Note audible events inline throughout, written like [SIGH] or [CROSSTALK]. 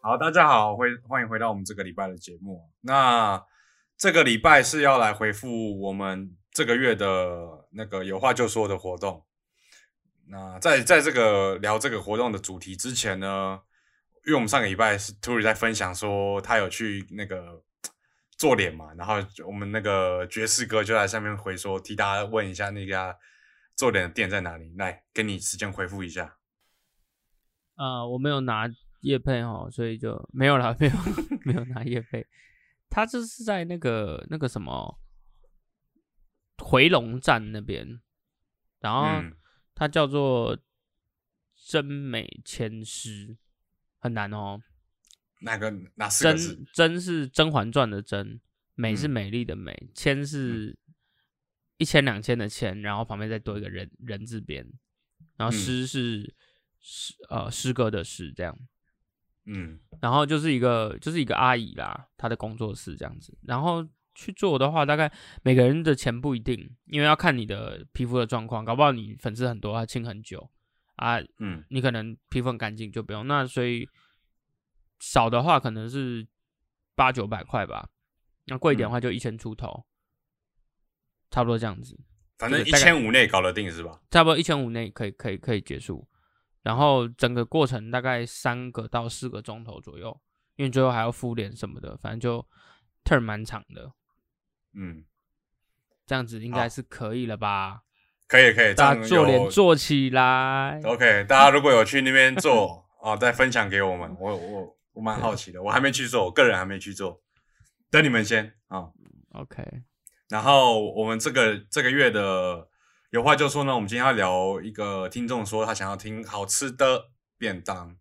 好，大家好，回欢迎回到我们这个礼拜的节目啊。那这个礼拜是要来回复我们这个月的那个有话就说的活动。那在在这个聊这个活动的主题之前呢，因为我们上个礼拜是 Turi 在分享说他有去那个做脸嘛，然后我们那个爵士哥就在下面回说，替大家问一下那家做脸的店在哪里，来给你时间回复一下。呃，我没有拿叶配哈，所以就没有啦，没有 [LAUGHS] 没有拿叶配。他就是在那个那个什么回龙站那边，然后嗯，它叫做真美千师，很难哦。哪个哪四个真字？真是《甄嬛传》的真，美是嗯美丽的美，千是一千两千的千，然后旁边再多一个人人字边，然后嗯诗是诗、呃诗歌的诗这样。嗯然后就是一个就是一个阿姨啦，她的工作室这样子。然后去做的话，大概每个人的钱不一定，因为要看你的皮肤的状况，搞不好你粉丝很多，他清很久啊，嗯你可能皮肤很干净就不用。那所以少的话可能是八九百块吧，那贵一点的话就一千出头，差不多这样子。反正一这个大概千五内搞得定是吧？差不多一千五内可以可以可以结束，然后整个过程大概三个到四个钟头左右，因为最后还要敷脸什么的，反正就 turn 蛮长的，嗯，这样子应该是可以了吧？可以可以，这大样家有做脸做起来， OK。大家如果有去那边做 [LAUGHS] 啊，再分享给我们，我我我蛮好奇的，我还没去做，我个人还没去做，等你们先啊。 OK，然后我们这个这个月的有话就说呢，我们今天要聊一个听众说他想要听好吃的便当，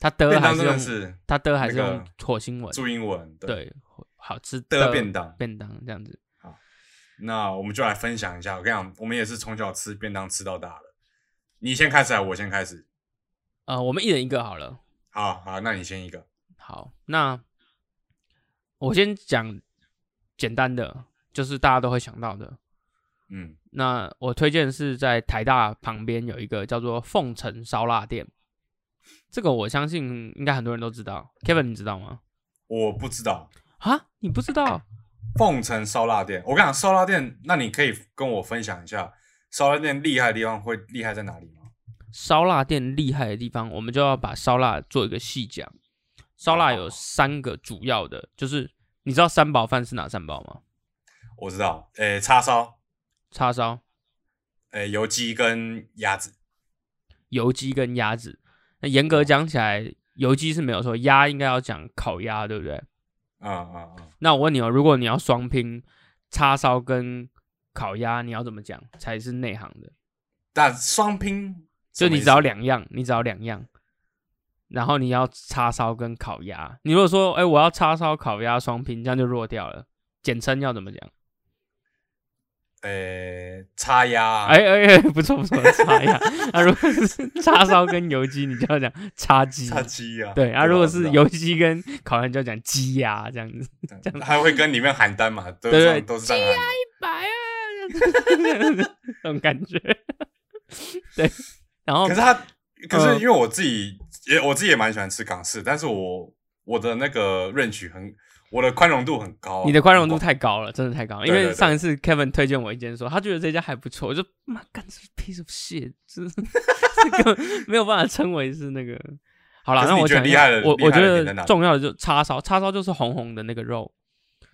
他的便还当是真的用是他的还是那个用火星文，注英文对。对，好吃的便当便当这样子，那我们就来分享一下，我跟你讲，我们也是从小吃便当吃到大的。你先开始还是我先开始？呃，我们一人一个好了。好好，那你先一个。好，那我先讲简单的，就是大家都会想到的，嗯那我推荐是在台大旁边有一个叫做凤城烧腊店，这个我相信应该很多人都知道。Kevin，你知道吗？，我不知道啊，你不知道？凤城烧腊店。我跟你讲，烧腊店，那你可以跟我分享一下烧腊店厉害的地方会厉害在哪里吗？ [COUGHS] 烧腊店厉害的地方，我们就要把烧腊做一个细讲。烧腊有三个主要的，就是你知道三宝饭是哪三宝吗？我知道，诶、叉烧，叉烧、诶、油鸡跟鸭子。油鸡跟鸭子。那严格讲起来，油鸡是没有错，鸭应该要讲烤鸭，对不对？啊啊啊！那我问你哦，如果你要双拼叉烧跟烤鸭，你要怎么讲才是内行的？但双拼就什么意你思只要两样，你只要两样，然后你要叉烧跟烤鸭。你如果说，哎、我要叉烧烤鸭双拼，这样就弱掉了。简称要怎么讲？诶、叉鸭，哎哎 [LAUGHS] 哎，不错不错，叉鸭。那、[LAUGHS] 如果是叉烧跟油鸡，你就要讲叉鸡。叉鸡啊。对啊，如果是有，油鸡跟烤鸭，你就要讲鸡鸭这样子。对还会跟里面喊单嘛？都对对是都是这样喊的。白啊， [LAUGHS] 这种感觉。 [LAUGHS] 对，然后可是他，可是呃因为我自己也我自己也蛮喜欢吃港式，但是我我的那个 range 很，我的宽容度很高啊。你的宽容度很广太高了，真的太高了。因对对为上一次 Kevin 推荐我一间说，他觉得这家还不错，我就妈干这 piece of shit，这 [LAUGHS] 这个没有办法称为是那个。好了，可是那你我觉得讲一厉下害的我厉我害觉的点在哪得里重要的就叉烧，叉烧就是红红的那个肉，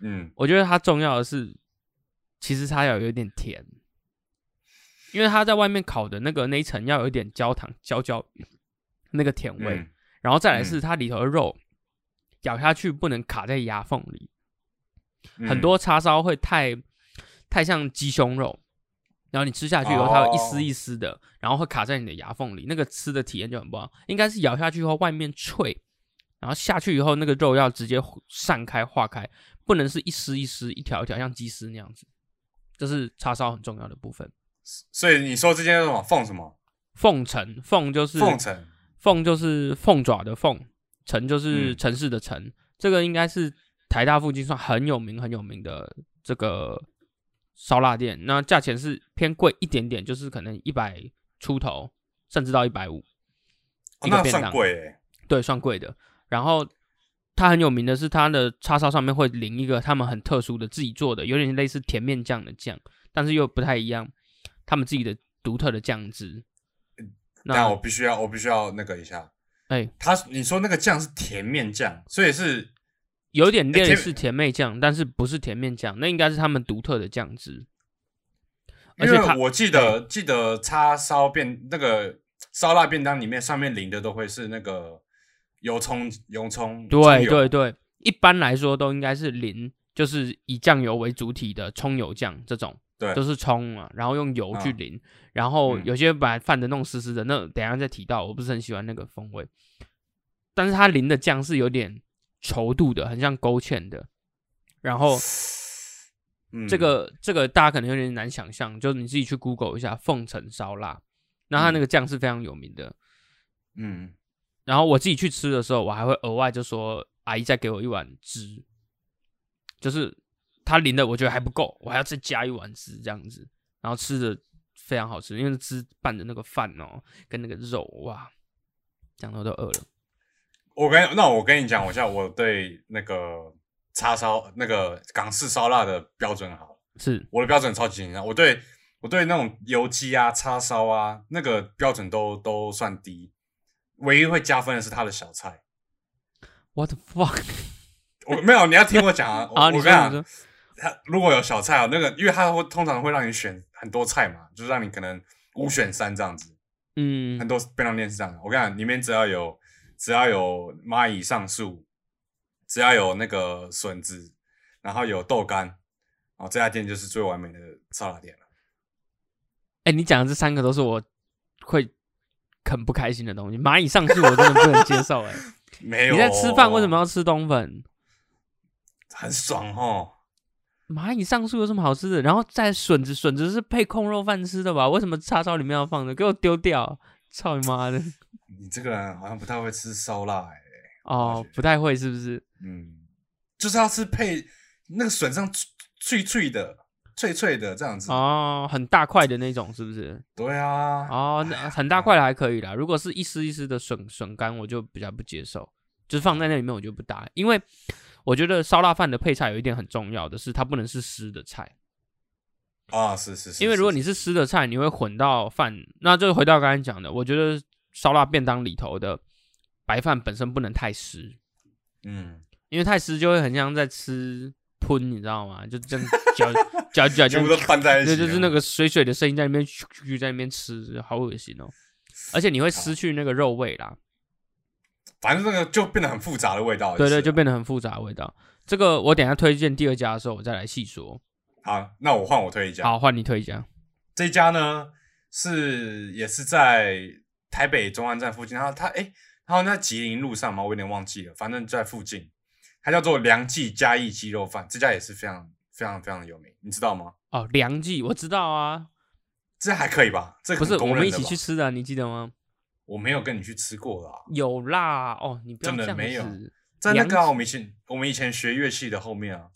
嗯，我觉得它重要的是，其实它要有一点甜，因为它在外面烤的那个那一层要有一点焦糖焦焦那个甜味，嗯然后再来是它里头的肉、咬下去不能卡在牙缝里，嗯很多叉烧会太太像鸡胸肉，然后你吃下去以后，哦它会一丝一丝的，然后会卡在你的牙缝里，那个吃的体验就很不好。应该是咬下去以后外面脆，然后下去以后那个肉要直接散开化开，不能是一丝一丝、一条一条像鸡丝那样子。这是叉烧很重要的部分。所以你说这件叫什么凤什么凤城，凤就是凤城？凤就是凤爪的凤，城就是嗯城市的城，这个应该是台大附近算很有名很有名的这个烧腊店，那价钱是偏贵一点点，就是可能一百出头，甚至到一百五，哦一个那便算当贵诶。欸对，算贵的。然后它很有名的是它的叉烧上面会淋一个他们很特殊的自己做的，有点类似甜面酱的酱，但是又不太一样，他们自己的独特的酱汁。嗯但那我必须要，我必须要那个一下。哎他你说那个酱是甜面酱，所以是有点类甜似甜妹酱，但是不是甜面酱，那应该是他们独特的酱汁。而因且为它我记得记得叉烧便那个烧腊便当里面上面淋的都会是那个油葱油葱，葱对油对对，一般来说都应该是淋，就是以酱油为主体的葱油酱这种，对都是葱啊，然后用油去嗯淋，然后嗯有些把饭的弄湿湿的，那等一下再提到，我不是很喜欢那个风味，但是它淋的酱是有点稠度的，很像勾芡的，然后嗯这个这个大家可能有点难想象，就是你自己去 Google 一下凤城烧腊，那它那个酱是非常有名的，嗯然后我自己去吃的时候，我还会额外就说阿姨再给我一碗汁，就是它淋的我觉得还不够，我还要再加一碗汁这样子，然后吃的非常好吃，因为汁拌的那个饭哦跟那个肉哇，讲的我都饿了。我跟那我跟你讲，我现在我对那个叉烧那个港式烧腊的标准好了，是我的标准超级简单，我对我对那种油鸡啊、叉烧啊那个标准都都算低，唯一会加分的是它的小菜。 what the fuck。我没有，你要听我讲啊 [LAUGHS] 啊？我你我说跟你你说讲，它如果有小菜啊，那个因为它会通常会让你选很多菜嘛，就是让你可能五选三这样子。很嗯多便当店是这样的。我跟你讲，里面只要有只要有蚂蚁上树，只要有那个笋子，然后有豆干，然后这家店就是最完美的烧腊店了。哎、你讲的这三个都是我会很不开心的东西。蚂蚁上树我真的不能接受哎、没有你在吃哎饭为什么要吃冬粉？很爽哦？蚂蚁上树有什么好吃的？然后再笋子，笋子是配控肉饭吃的吧？为什么叉烧里面要放的？给我丢掉！操你妈的！你这个人好像不太会吃烧腊哎。哦了解，不太会是不是？嗯，就是要吃配那个笋上脆脆的、脆脆的这样子。哦，很大块的那种是不是？对啊，哦，那很大块的还可以啦。如果是一丝一丝的笋笋干，我就比较不接受，就是放在那里面我就不搭，因为我觉得烧腊饭的配菜有一点很重要的是，它不能是湿的菜。啊，是是是，因为如果是你是湿的菜，你会混到饭，那就回到刚才讲的，我觉得烧腊便当里头的白饭本身不能太湿，嗯，因为太湿就会很像在吃喷，你知道吗？就这样嚼嚼 [LAUGHS] 嚼全就部都拌在一起啊对，了，就是那个水水的声音在那边咻咻咻在那边吃，好恶心哦！而且你会失去那个肉味啦，反正那个就变得很复杂的味道。对对，是就变得很复杂的味道。这个我等一下推荐第二家的时候，我再来细说。好，那我换我推一家。好，换你推荐。这家呢是也是在台北中央站附近，然后它诶，然后在吉林路上嘛，我有点忘记了，反正在附近。它叫做梁记嘉义鸡肉饭，这家也是非常非常非常的有名，你知道吗？哦，梁记我知道啊，这还可以吧？这不很是公我们认一的起吧去，吃的，你记得吗？我没有跟你去吃过啦、有啦，哦，你不要真的这样没有子在那个啊、梁记我们以前我们以前学乐器的后面啊，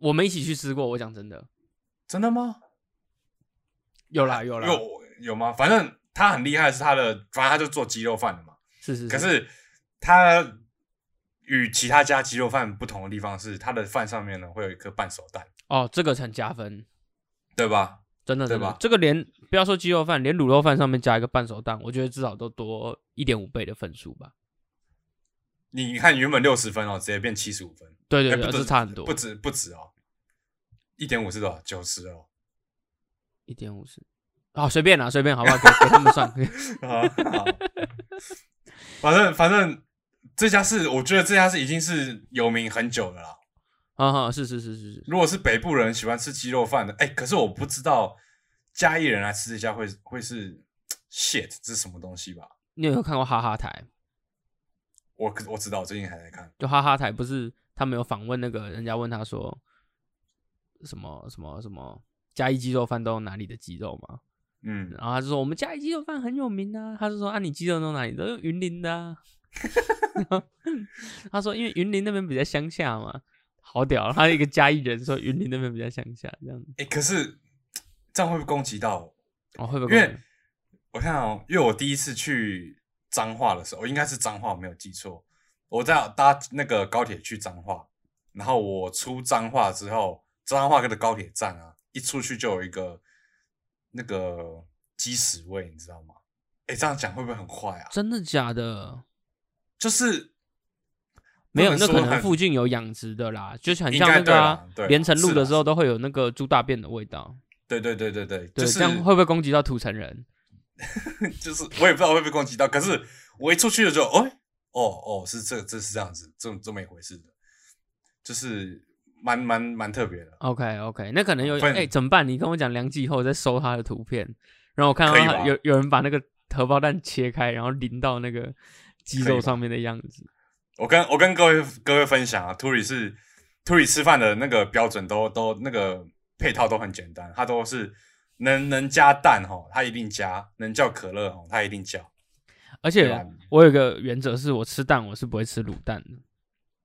我们一起去吃过，我讲真的，真的吗？有啦有啦，有有吗？反正他很厉害，是他的，反正他就做鸡肉饭的嘛。是是，可是它与其他家鸡肉饭不同的地方是，它的饭上面呢会有一颗半熟蛋，哦，这个很加分，对吧？真的对真的吧，这个连不要说鸡肉饭，连卤肉饭上面加一个半熟蛋，我觉得至少都多一点五倍的分数吧。你看原本六十分哦，直接变七十五分，对哎对不对，止这差很多不，止不止哦，一点五是多少？九十哦， [LAUGHS] 一点五十。哦，随便啦，随便，好不好？给给他们算。 [LAUGHS] 啊，好反正反正这家是我觉得这家是已经是有名很久了啦。啊哈，是是是是是，如果是北部人喜欢吃鸡肉饭的，哎、可是我不知道嘉义人来吃这家会会是 shit 这是什么东西吧？你有看过哈哈台？我可我知道，我最近还在看。就哈哈台不是他们有访问那个人家问他说什么什么什么加一鸡肉饭都有哪里的鸡肉吗？嗯，然后他就说我们嘉义鸡肉饭很有名啊，他就说啊你鸡肉都哪里都有云林的、啊，他说因为云林那边比较乡下嘛，好屌，啊他一个嘉义人说云林那边比较乡下这样子，哎、可是这样会不会攻击到我？哦会不因会为我看哦，因为我第一次去彰化的时候，应该是彰化，我没有记错。我在搭那个高铁去彰化，然后我出彰化之后，彰化的高铁站啊，一出去就有一个那个鸡屎味，你知道吗？哎，这样讲会不会很坏啊？真的假的？就是没有，不那说可能很附近有养殖的啦，就是很应像该那对个、啊啦对啦连城路的时候是都会有那个猪大便的味道。对对对对对，对，就是这样会不会攻击到土城人？就是我也不知道会不会攻击到，可是我一出去了就，哦哦哦，是这这是这样子，这这么一回事的，就是蛮蛮蛮特别的。 OK OK，那可能有不然哎、怎么办？你跟我讲梁继后在收他的图片，然后我看到可以他吧有有人把那个荷包蛋切开，然后淋到那个鸡可以肉吧上面的样子。我跟我跟各位各位分享啊，t u r i 是 t u r i 吃饭的那个标准都都那个配套都很简单，它都是能能加蛋哈，它一定加；能叫可乐哈，它一定叫，而对啊且吧？我有一个原则是，我吃蛋我是不会吃卤蛋的。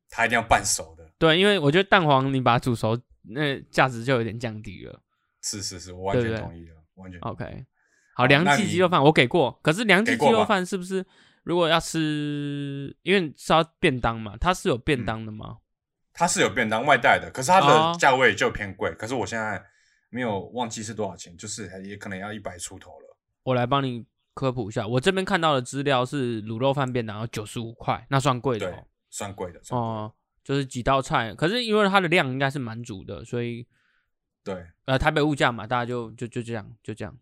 它一定要半熟的。对，因为我觉得蛋黄你把它煮熟，那价值就有点降低了。是是是，我完全对对同意了，完全。 OK，好好，凉那记你鸡肉饭我给过，可是凉记给鸡过肉吧饭是不是如果要吃，因为是要便当嘛，它是有便当的吗？它是有便当外带的，可是它哦的价位就偏贵。可是我现在没有忘记是多少钱，就是还也可能要一百出头了。我来帮你科普一下，我这边看到的资料是卤肉饭便当要九十五块，那算贵的对哦。，算贵的。算贵哦、就是几道菜，可是因为它的量应该是蛮足的，所以对，呃台北物价嘛，大家就就就这样就这样。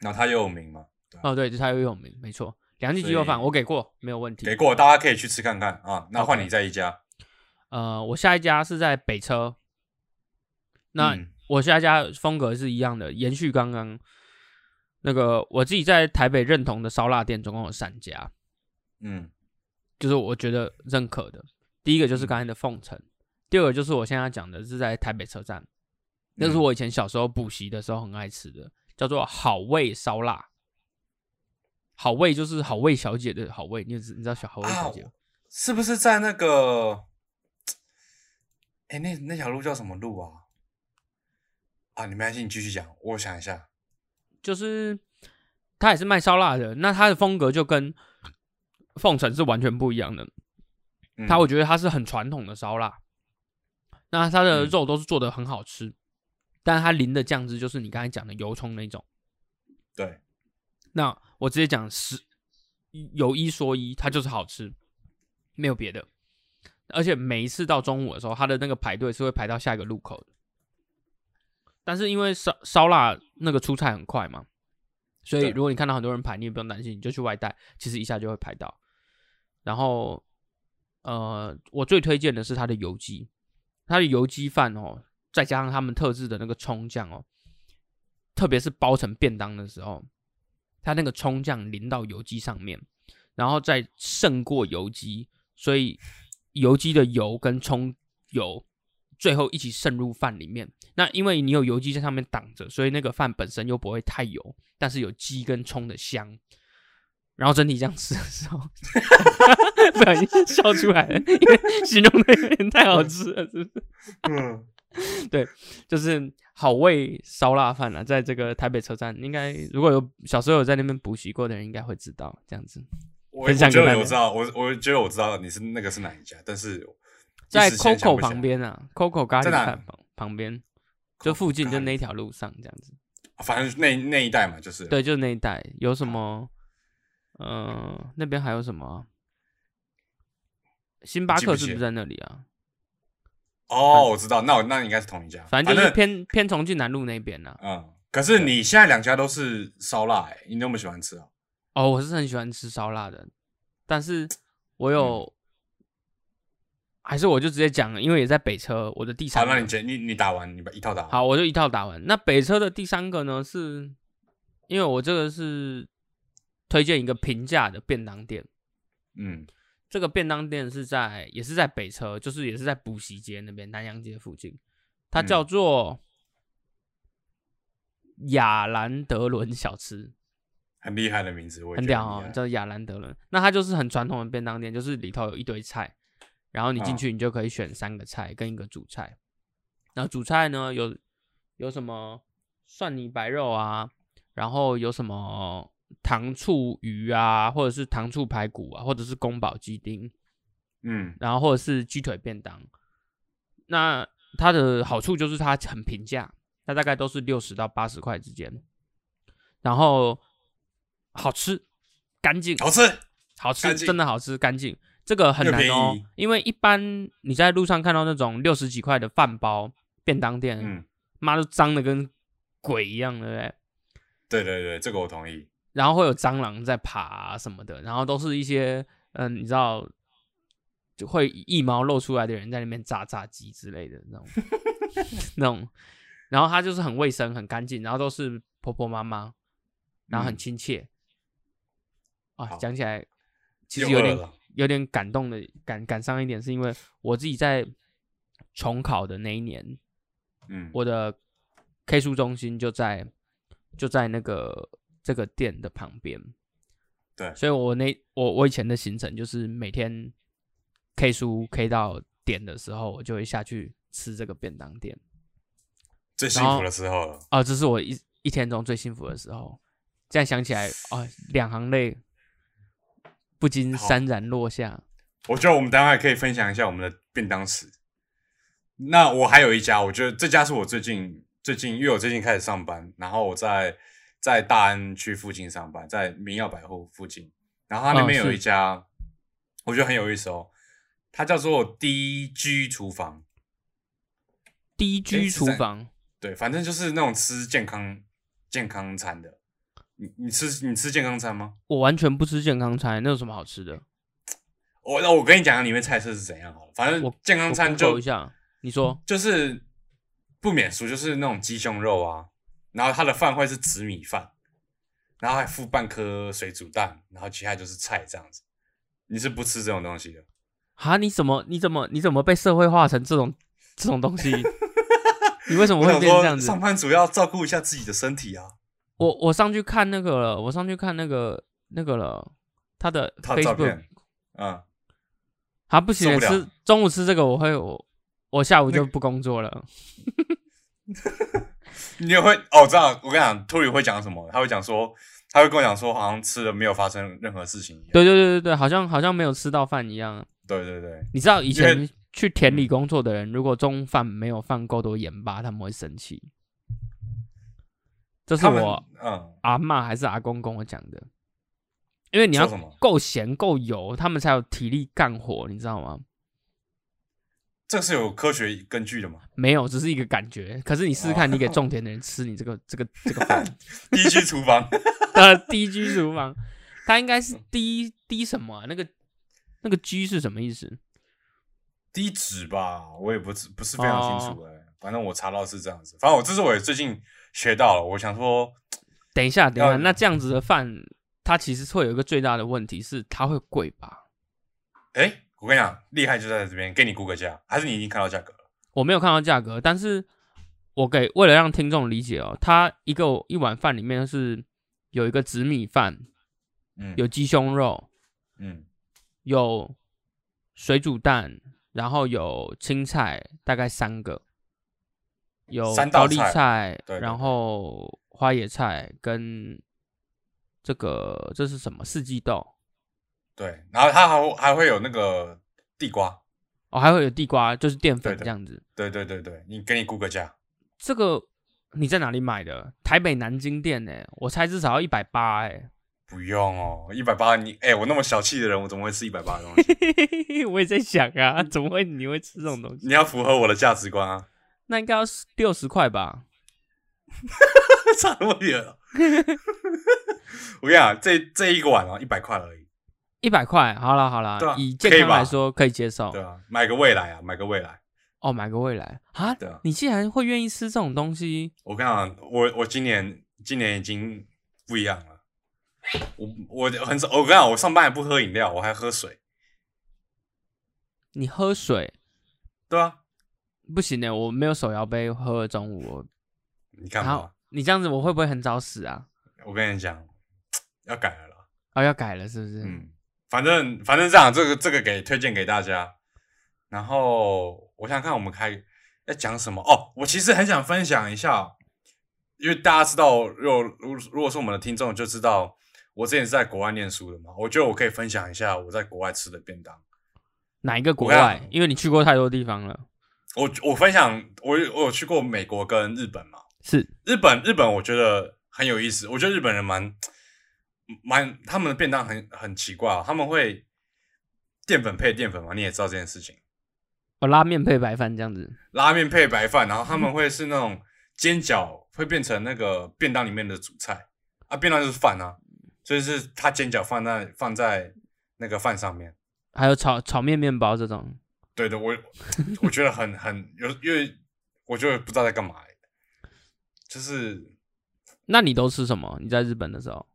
然后它又有名嘛，对啊哦，对，这它又有名，没错。凉记鸡肉饭所以我给过，没有问题。给过大家可以去吃看看啊。那换 OK 你在一家，呃，我下一家是在北车，那嗯我下一家风格是一样的，延续刚刚那个我自己在台北认同的烧腊店，总共有三家，嗯就是我觉得认可的。第一个就是刚才的凤城，第二个就是我现在讲的是在台北车站，那是嗯我以前小时候补习的时候很爱吃的，叫做好味烧腊。好味就是好味小姐的好味，你知你知道小好味啊小姐吗？，是不是在那个？哎，那那条路叫什么路啊？啊，你没关系，你继续讲，我想一下。就是他也是卖烧腊的，那他的风格就跟凤城是完全不一样的。嗯他我觉得他是很传统的烧腊，那他的嗯肉都是做的很好吃，但他淋的酱汁就是你刚才讲的油葱那种。对，那我直接讲是有一说一，它就是好吃，没有别的。而且每一次到中午的时候，它的那个排队是会排到下一个路口的。但是因为烧烧腊那个出菜很快嘛，所以对如果你看到很多人排，你也不用担心，你就去外带，其实一下就会排到。然后，呃，我最推荐的是它的油鸡，它的油鸡饭哦，再加上他们特制的那个葱酱哦，特别是包成便当的时候，它那个葱酱淋到油鸡上面，然后再胜过油鸡，所以油鸡的油跟葱油最后一起渗入饭里面。那因为你有油鸡在上面挡着，所以那个饭本身又不会太油，但是有鸡跟葱的香。然后整体这样吃的时候， [LAUGHS] 不小心笑出来了，因为形容的有点太好吃了，是不是？嗯，就是好味烧腊饭啊，在这个台北车站，应该如果有小时候有在那边补习过的人，应该会知道这样子。我我分享觉给得大家我知道，我我觉得我知道你是那个是哪一家，但是一在时间想 Coco 不起来旁边啊，Coco 咖喱在哪饭旁旁边，就附近就那一条路上这样子。反正那那一带嘛，就是对，就那一带有什么？呃，那边还有什么啊？星巴克是不记不起是在那里啊？哦，我知道，那我那应该是同一家，反正就是偏偏重庆南路那边啊。嗯。可是你现在两家都是烧腊、欸，你那么喜欢吃啊？哦，我是很喜欢吃烧腊的，但是我嗯有，还是我就直接讲了，因为也在北车，我的第好，三个。那你先你你打完，你把一套打完。，好，我就一套打完。那北车的第三个呢，是因为我这个是推荐一个平价的便当店，嗯这个便当店是在也是在北车，就是也是在补习街那边南洋街附近，它嗯叫做亚兰德伦小吃，很厉害的名字，我也很觉得啊屌哦厉，害叫亚兰德伦。那它就是很传统的便当店，就是里头有一堆菜，然后你进嗯去你就可以选三个菜跟一个主菜。然后主菜呢有有什么蒜泥白肉啊，然后有什么糖醋鱼啊，或者是糖醋排骨啊，或者是宫保鸡丁，嗯然后或者是鸡腿便当。那它的好处就是它很平价，它大概都是六十到八十块之间，然后好吃、干净、好吃，好吃，干净真的好吃，干净。这个很难又哦便宜，因为一般你在路上看到那种六十几块的饭包便当店，嗯，妈、都脏的跟鬼一样，对不对？对对对，这个我同意。然后会有蟑螂在爬、啊、什么的，然后都是一些嗯，你知道，就会一毛露出来的人在那边炸炸鸡之类的那种那种，然后它就是很卫生、很干净，然后都是婆婆妈妈，然后很嗯亲切。啊，好讲起来其又实有饿点了有点感动的感感伤一点，是因为我自己在重考的那一年，嗯，我的 K 书中心就在就在那个这个店的旁边。对所以我那我我以前的行程就是每天 K 书 K 到点的时候，我就会下去吃这个便当店。最幸然后福的时候了。啊、这是我一一天中最幸福的时候。这样想起来，啊，两行泪不禁好潸然落下。我觉得我们待会可以分享一下我们的便当史。那我还有一家，我觉得这家是我最近最近，因为我最近开始上班，然后我在在大安区附近上班，在民耀百货附近，然后它那边嗯有是一家，我觉得很有意思哦，它叫做 DG 厨房，低居是厨在房，对，反正就是那种吃健康健康餐的。你你吃你吃健康餐吗？我完全不吃健康餐，那有什么好吃的？我那我跟你讲里面菜色是怎样好了，反正我健康餐我就 Google 一下，你说就是不免俗，就是那种鸡胸肉啊，然后它的饭会是紫米饭，然后还附半颗水煮蛋，然后其他就是菜这样子。你是不吃这种东西的？啊？你怎么你怎么你怎么被社会化成这种这种东西？ [LAUGHS] 你为什么我会想变成这样说，子上？班族要照顾一下自己的身体啊。我我上去看那个了，我上去看那个那个了，他的他的照 Facebook 片，嗯，啊，不行，受不了吃中午吃这个我会我我下午就不工作了。你也会哦，我知道。我跟你讲，兔里会讲什么？他会讲说，他会跟我讲说，好像吃了没有发生任何事情一样。对对对对对，好像好像没有吃到饭一样。对对对，你知道以因嗯前去田里工作的人，如果中饭没有放够多盐巴，他们会生气。这是他们我嗯，阿嬷还是阿公跟我讲的，因为你要说什么够咸够油，他们才有体力干活，你知道吗？这是有科学根据的嘛没有，只是一个感觉。可是你试试看，哦你给种田的人吃你这个 [LAUGHS] 这个这个饭？D G 厨房，呃， [LAUGHS] 低居厨房，它应该是低低什么、啊？那个那个居是什么意思？低脂吧，我也不是不是非常清楚哦哎、反正我查到是这样子。反正我这是我也最近学到了，我想说，等一下，等一下，要那这样子的饭，它其实会有一个最大的问题是它会贵吧？哎、我跟你讲，厉害就在这边，给你估个价，还是你已经看到价格了？我没有看到价格，但是我给为了让听众理解哦，它一个一碗饭里面是有一个紫米饭，嗯，有鸡胸肉，嗯有水煮蛋，然后有青菜，大概三个，有三道高丽菜菜，对对然对后花椰菜跟这个这是什么四季豆对，然后它还会还会有那个地瓜，哦，还会有地瓜，就是淀粉对的这样子。对对对对，你给你估个价，这个你在哪里买的？台北南京店呢、我猜至少要一百八哎， [LAUGHS] 不用哦，一百八，你哎、我那么小气的人，我怎么会吃一百八的东西？ [LAUGHS] 我也在想啊， [LAUGHS] 怎么会你会吃这种东西？你要符合我的价值观啊， [LAUGHS] 那应该要六十块吧？差那么远哦。 [LAUGHS] 我跟你讲，这这一个碗哦，一百块而已，一百块，好啦好啦，对啊以健可以康吧来说可以接受。对啊，买个未来啊，买个未来。哦，买个未来啊对啊！你竟然会愿意吃这种东西？我跟你讲，我我今年今年已经不一样了。我我很少，我跟你讲，我上班也不喝饮料，我还喝水。你喝水对啊，不行呢，我没有手摇杯喝中午我。你看好嘛，，你这样子我会不会很早死啊？我跟你讲，要改了啦。哦，要改了是不是？嗯，反正反正这样，这个这个给推荐给大家。然后我想想看我们开要讲什么哦，我其实很想分享一下，因为大家知道，如果如如果是我们的听众就知道，我之前是在国外念书的嘛，我觉得我可以分享一下我在国外吃的便当。哪一个国我看外？因为你去过太多地方了。我我分享，我我有去过美国跟日本嘛，是日本日本我觉得很有意思，我觉得日本人蛮蛮他们的便当很很奇怪、哦，他们会淀粉配淀粉嘛，你也知道这件事情，哦，拉面配白饭这样子。拉面配白饭，然后他们会是那种煎饺会变成那个便当里面的主菜啊，便当就是饭啊，所以是他煎饺放在放在那个饭上面。还有炒炒面、面包这种，对的，我我觉得很很有，因为我就不知道在干嘛欸、就是那你都吃什么？你在日本的时候，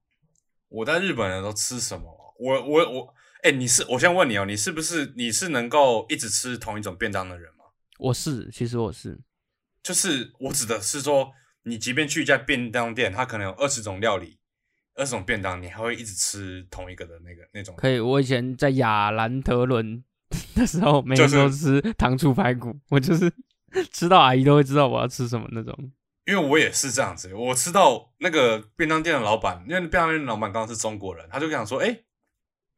我在日本人都吃什么？啊我我我，哎、你是我先问你哦，你是不是你是能够一直吃同一种便当的人吗？我是，其实我是，就是我指的是说，你即便去一家便当店，它可能有二十种料理，二十种便当，你还会一直吃同一个的那个那种。可以。我以前在亚兰德伦 [LAUGHS] 的时候，每就天是都吃糖醋排骨，我就是 [LAUGHS] 吃到阿姨都会知道我要吃什么那种。因为我也是这样子，我吃到那个便当店的老板，因为便当店的老板刚刚是中国人，他就想说，哎、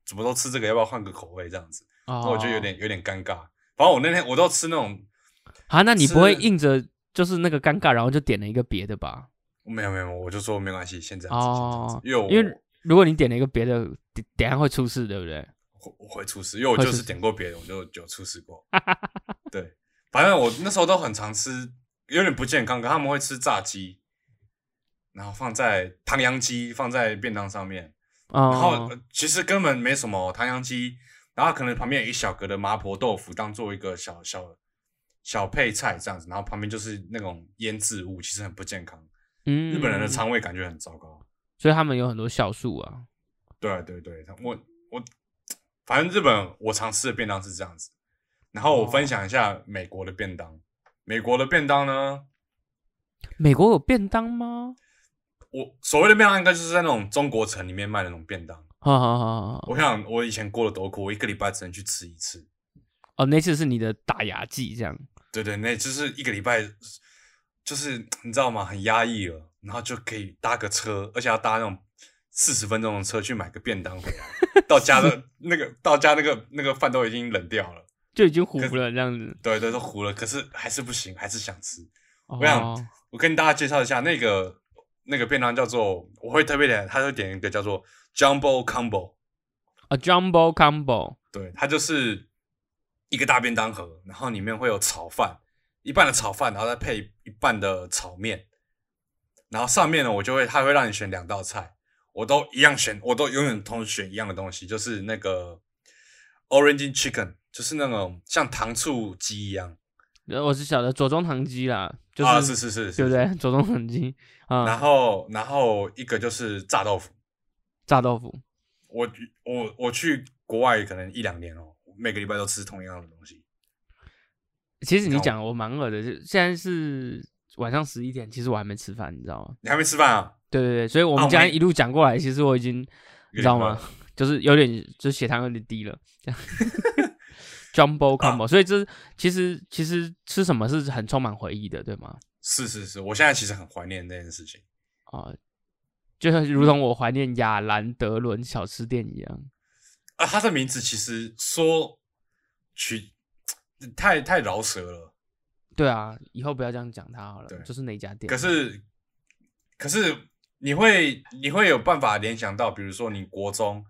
怎么都吃这个，要不要换个口味这样子？那哦，我就有点有点尴尬。反正我那天我都吃那种啊，那你不会吃硬着就是那个尴尬，然后就点了一个别的吧？没有没有，没有我就说没关系，先这样子，先这样子哦，因为我因为如果你点了一个别的，等等一下会出事，对不对？我我会出事，因为我会就出是事点过别人，我就有出事 [LAUGHS] 过。对，反正我那时候都很常吃，有点不健康，可他们会吃炸鸡，然后放在唐扬鸡放在便当上面，然后、哦，呃其实根本没什么唐扬鸡，然后可能旁边有一小格的麻婆豆腐当做一个小小小配菜这样子，然后旁边就是那种腌制物，其实很不健康。嗯日本人的，肠胃感觉很糟糕。所以他们有很多酵素啊。对对对，他我我反正日本我常吃的便当是这样子，然后我分享一下美国的便当。美国的便当呢，美国有便当吗？我所谓的便当应该就是在那种中国城里面卖的那种便当。好好好好，我想我以前过得多苦，我一个礼拜只能去吃一次。哦，那次是你的打牙祭，这样对对，那就是一个礼拜，就是你知道吗？很压抑了，然后就可以搭个车，而且要搭那种四十分钟的车去买个便当回来，到家的那个到家那个那个饭都已经冷掉了。就已经糊了这样子。对对，都糊了，可是还是不行，还是想吃。哦我想我跟大家介绍一下那个那个便当叫做，我会特别点，他会点一个叫做 Jumbo Combo，啊，Jumbo Combo，对，它就是一个大便当盒，然后里面会有炒饭，一半的炒饭，然后再配一半的炒面，然后上面呢，我就会他会让你选两道菜，我都一样选，我都永远同时选一样的东西，就是那个 Orange Chicken，就是那种像糖醋鸡一样，呃我是晓得左宗棠鸡啦，就啊，是是是是，对不对？ [LAUGHS] 左宗棠鸡然啊，后然后一个就是炸豆腐。炸豆腐，我我我去国外可能一两年哦，每个礼拜都吃同样的东西。其实你你看我讲我蛮饿的，就现在是晚上十一点，其实我还没吃饭，你知道吗？你还没吃饭啊？对对对，所以我啊们我家们一路讲过来，其实我已经你知道吗？ [LAUGHS] 就是有点就是血糖有点低了，这样。Jumbo combo，、所以这其实其实吃什么是很充满回忆的，对吗？是是是，我现在其实很怀念这件事情。啊、就是如同我怀念亚兰德伦小吃店一样。啊，它的名字其实说取太太饶舌了，对啊，以后不要这样讲它好了对，就是那一家店。可是可是你会你会有办法联想到，比如说你国中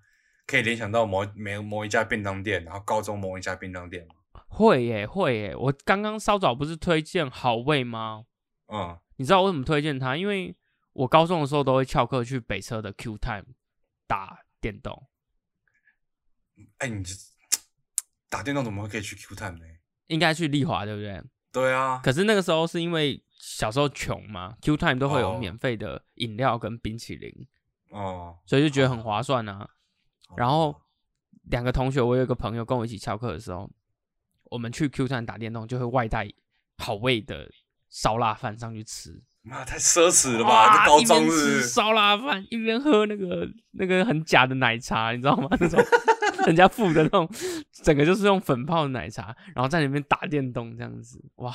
可以联想到某某某一家便当店，然后高中某一家便当店吗？会耶、会耶、我刚刚稍早不是推荐好味吗？嗯，你知道我为什么推荐它？因为我高中的时候都会翘课去北车的 Q Time 打电动。哎、你这打电动怎么会可以去 Q Time 呢？应该去丽华，对不对？对啊，可是那个时候是因为小时候穷嘛，Q Time 都会有哦免费的饮料跟冰淇淋，哦，所以就觉得很划算啊。好然后两个同学，我有一个朋友跟我一起翘课的时候，我们去 Q Time 打电动就会外带好味的烧腊饭上去吃，妈太奢侈了哇吧？这高一边中吃是烧腊饭，一边喝那个那个很假的奶茶，你知道吗？那 [LAUGHS] 种人家附的那种，整个就是用粉泡的奶茶，然后在里面打电动这样子，哇！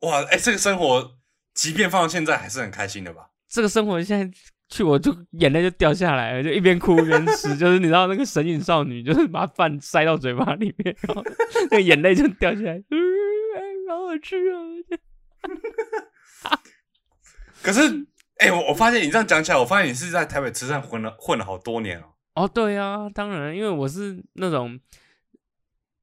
哇，哎、这个生活即便放到现在还是很开心的吧？这个生活现在去我就眼泪就掉下来了，就一边哭一边吃，就是你知道那个神隐少女，就是把饭塞到嘴巴里面，然后那个眼泪就掉下来，嗯，哎好好吃哦。可是，嗯哎、我我发现你这样讲起来，我发现你是在台北车站混了混了好多年哦。哦，对啊，当然，因为我是那种，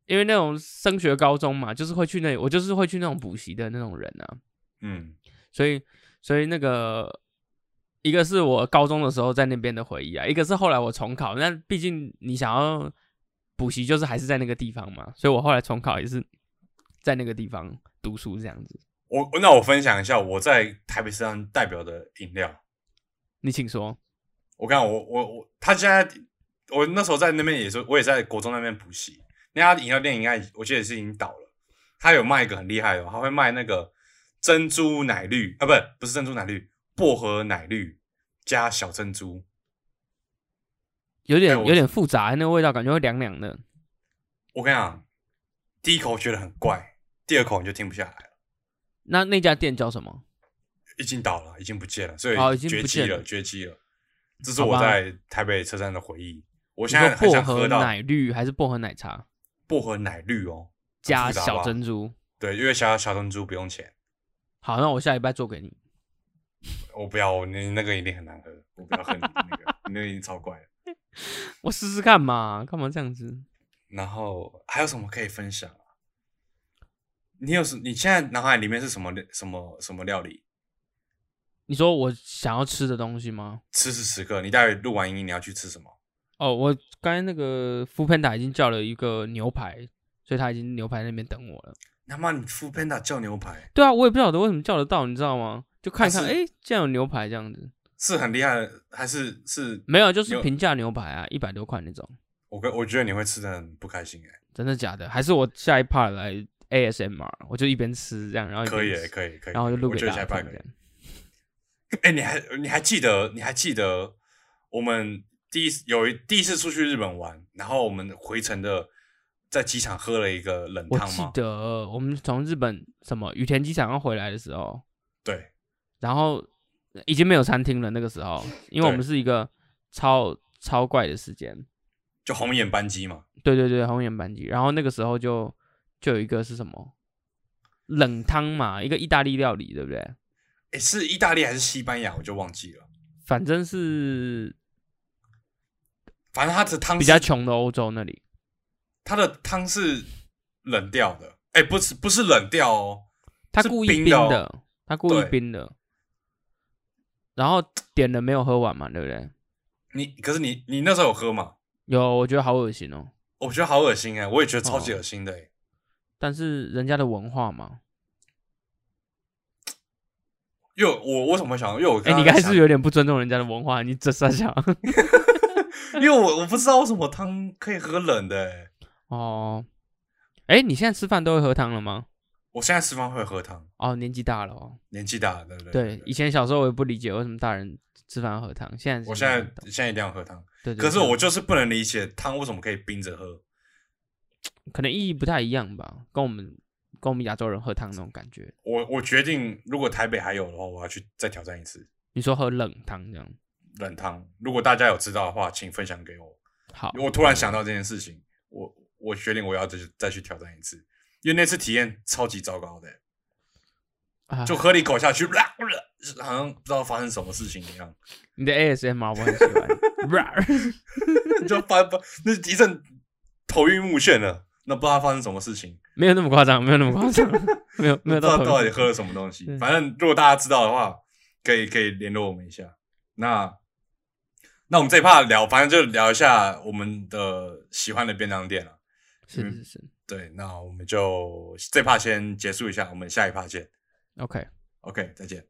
因为那种升学高中嘛，就是会去那，我就是会去那种补习的那种人啊，嗯，所以，所以那个一个是我高中的时候在那边的回忆啊，一个是后来我重考，那毕竟你想要补习，就是还是在那个地方嘛，所以我后来重考也是在那个地方读书这样子。我那我分享一下我在台北车站代表的饮料。你请说，我看我我我，他现在我那时候在那边也是，我也在国中那边补习。那家饮料店应该我记得是已经倒了。他有卖一个很厉害的哦，他会卖那个珍珠奶绿啊，不是不是珍珠奶绿，薄荷奶绿加小珍珠。有点哎我有点复杂，那个味道感觉会凉凉的。我跟你讲，第一口觉得很怪，第二口你就停不下来了。那那家店叫什么？已经倒了，已经不见了，所哦以已经绝不迹见了，了绝迹了。这是好我吧在台北车站的回忆。我我现在很薄想喝荷到奶绿还是薄荷奶茶薄荷奶绿哦，加复杂小吧珍珠？对，因为小小珍珠不用钱。好，那我下礼拜做给你。我不要，我那那个一定很难喝，我不要喝你的那个，你那个已经超怪了。我试试看嘛，干嘛这样子？然后还有什么可以分享啊？你有什？你现在脑海里面是什么什么什么料理？你说我想要吃的东西吗？此时此刻，你待会录完音你要去吃什么？哦，我刚才那个 f o o Panda 已经叫了一个牛排，所以他已经牛排那边等我了。他妈，你 f o o Panda 叫牛排对啊，我也不晓得为什么叫得到，你知道吗？就看一看，它啊是哎，竟然有牛排这样子，是很厉害的，还是是？没有，就是牛平价牛排啊，一百多块那种，我跟我觉得你会吃的很不开心哎、真的假的？还是我下一 part 来 ASMR，我就一边吃这样，然后一边可以欸，吃可以，可以。然后就录我给觉得大下家一半看可这以样。。哎、你还你还记得你还记得我们第一次有一第一次出去日本玩，然后我们回程的在机场喝了一个冷我汤记吗？得我们从日本什么羽田机场要回来的时候，对，然后已经没有餐厅了。那个时候，因为我们对是一个超超怪的时间，就红眼班机嘛。对对对，红眼班机。然后那个时候就就有一个是什么冷汤嘛，一个意大利料理，对不对？哎、是意大利还是西班牙？我就忘记了。反正是反正它的汤比较是穷的欧洲那里，它的汤是冷掉的，哎、不是不是冷掉哦，他是故意冰冰的哦的，他故意对冰的。然后点了没有喝完嘛，对不对？你可是你你那时候有喝吗？有，我觉得好恶心哦。我觉得好恶心哎、我也觉得超级哦恶心的、欸。但是人家的文化嘛，因为我为什么会想到？因为我哎、刚刚你刚才在想是不是有点不尊重人家的文化，你这傻笑。因为我我不知道为什么汤可以喝冷的、欸， [LAUGHS] 哦，哎，你现在吃饭都会喝汤了吗？我现在吃饭会喝汤，哦，年纪大了哦。年纪大了，对不对？对，以前小时候我也不理解为什么大人吃饭要喝汤，现在我是现懂在现在一定要喝汤，对对，可是对我就是不能理解汤为什么可以冰着喝。可能意义不太一样吧，跟我们跟我们亚洲人喝汤那种感觉。我我决定，如果台北还有的话，我要去再挑战一次你说喝冷汤这样，冷汤。如果大家有知道的话，请分享给我。好，我突然想到这件事情，我我决定我要再去再去挑战一次，因为那次体验超级糟糕的、啊就喝了一口下去， [LAUGHS] 啦啦好像不知道发生什么事情一样， [LAUGHS] 你的 ASMR 我很喜欢， [LAUGHS] 就发发那一阵头晕目眩了，那不知道发生什么事情。没有那么夸张，没有那么夸张，没有没不知有到道头到晕底喝了什么东西对。反正如果大家知道的话，可以可以联络我们一下。那那我们这一趴聊，反正就聊一下我们的喜欢的便当店了。是是是对，那我们就这趴先结束一下，我们下一趴见。嗯，OK。 OK，再见。